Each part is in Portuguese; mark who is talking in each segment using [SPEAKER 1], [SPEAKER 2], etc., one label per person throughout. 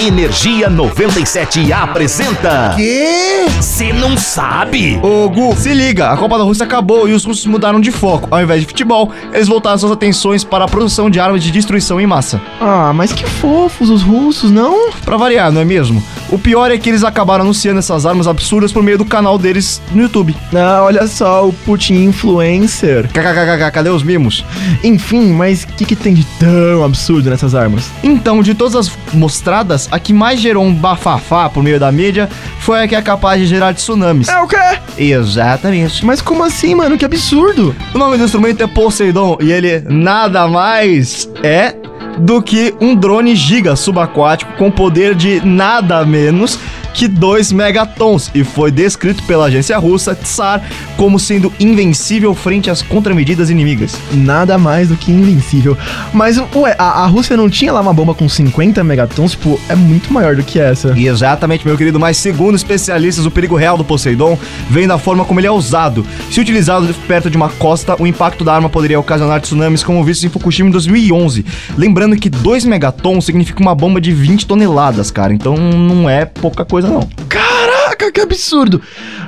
[SPEAKER 1] Energia 97 apresenta.
[SPEAKER 2] Quê?
[SPEAKER 1] Você não sabe?
[SPEAKER 2] Ô, Gu, se liga, a Copa da Rússia acabou e os russos mudaram de foco. Ao invés de futebol, eles voltaram suas atenções para a produção de armas de destruição em massa.
[SPEAKER 3] Ah, mas que fofos os russos, não?
[SPEAKER 2] Pra variar, não é mesmo? O pior é que eles acabaram anunciando essas armas absurdas por meio do canal deles no YouTube.
[SPEAKER 3] Ah, olha só, o Putin influencer.
[SPEAKER 2] KKKK, cadê os mimos?
[SPEAKER 3] Enfim, mas o que, que tem de
[SPEAKER 2] um
[SPEAKER 3] tão absurdo nessas armas?
[SPEAKER 2] Então, de todas as mostradas, a que mais gerou um bafafá por meio da mídia foi a que é capaz de gerar tsunamis.
[SPEAKER 3] É o quê?
[SPEAKER 2] Exatamente.
[SPEAKER 3] Mas como assim, mano? Que absurdo!
[SPEAKER 2] O nome do instrumento é Poseidon e ele nada mais é do que um drone giga subaquático com poder de nada menos que 2 megatons e foi descrito pela agência russa Tsar como sendo invencível frente às contramedidas inimigas.
[SPEAKER 3] Nada mais do que invencível. Mas, ué, a, a Rússia não tinha lá uma bomba com 50 megatons? Tipo, é muito maior do que essa.
[SPEAKER 2] E exatamente, meu querido, mas segundo especialistas, o perigo real do Poseidon vem da forma como ele é usado. Se utilizado perto de uma costa, o impacto da arma poderia ocasionar tsunamis como visto em Fukushima em 2011. Lembrando que 2 megatons significa uma bomba de 20 toneladas, cara, então não é pouca coisa não.
[SPEAKER 3] Caraca, que absurdo!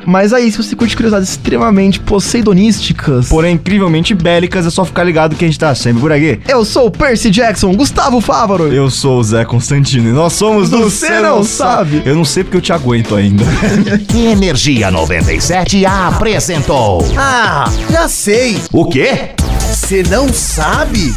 [SPEAKER 3] Mas aí, se você curte curiosidades extremamente poseidonísticas...
[SPEAKER 2] Porém, incrivelmente bélicas, é só ficar ligado que a gente tá sempre por aqui.
[SPEAKER 3] Eu sou o Percy Jackson, Gustavo Fávaro.
[SPEAKER 2] Eu sou o Zé Constantino e nós somos do
[SPEAKER 3] Você
[SPEAKER 2] Cê
[SPEAKER 3] Não Sabe.
[SPEAKER 2] Eu não sei porque eu te aguento ainda.
[SPEAKER 1] Energia 97 apresentou.
[SPEAKER 4] Ah, já sei.
[SPEAKER 1] O quê?
[SPEAKER 4] Você não sabe?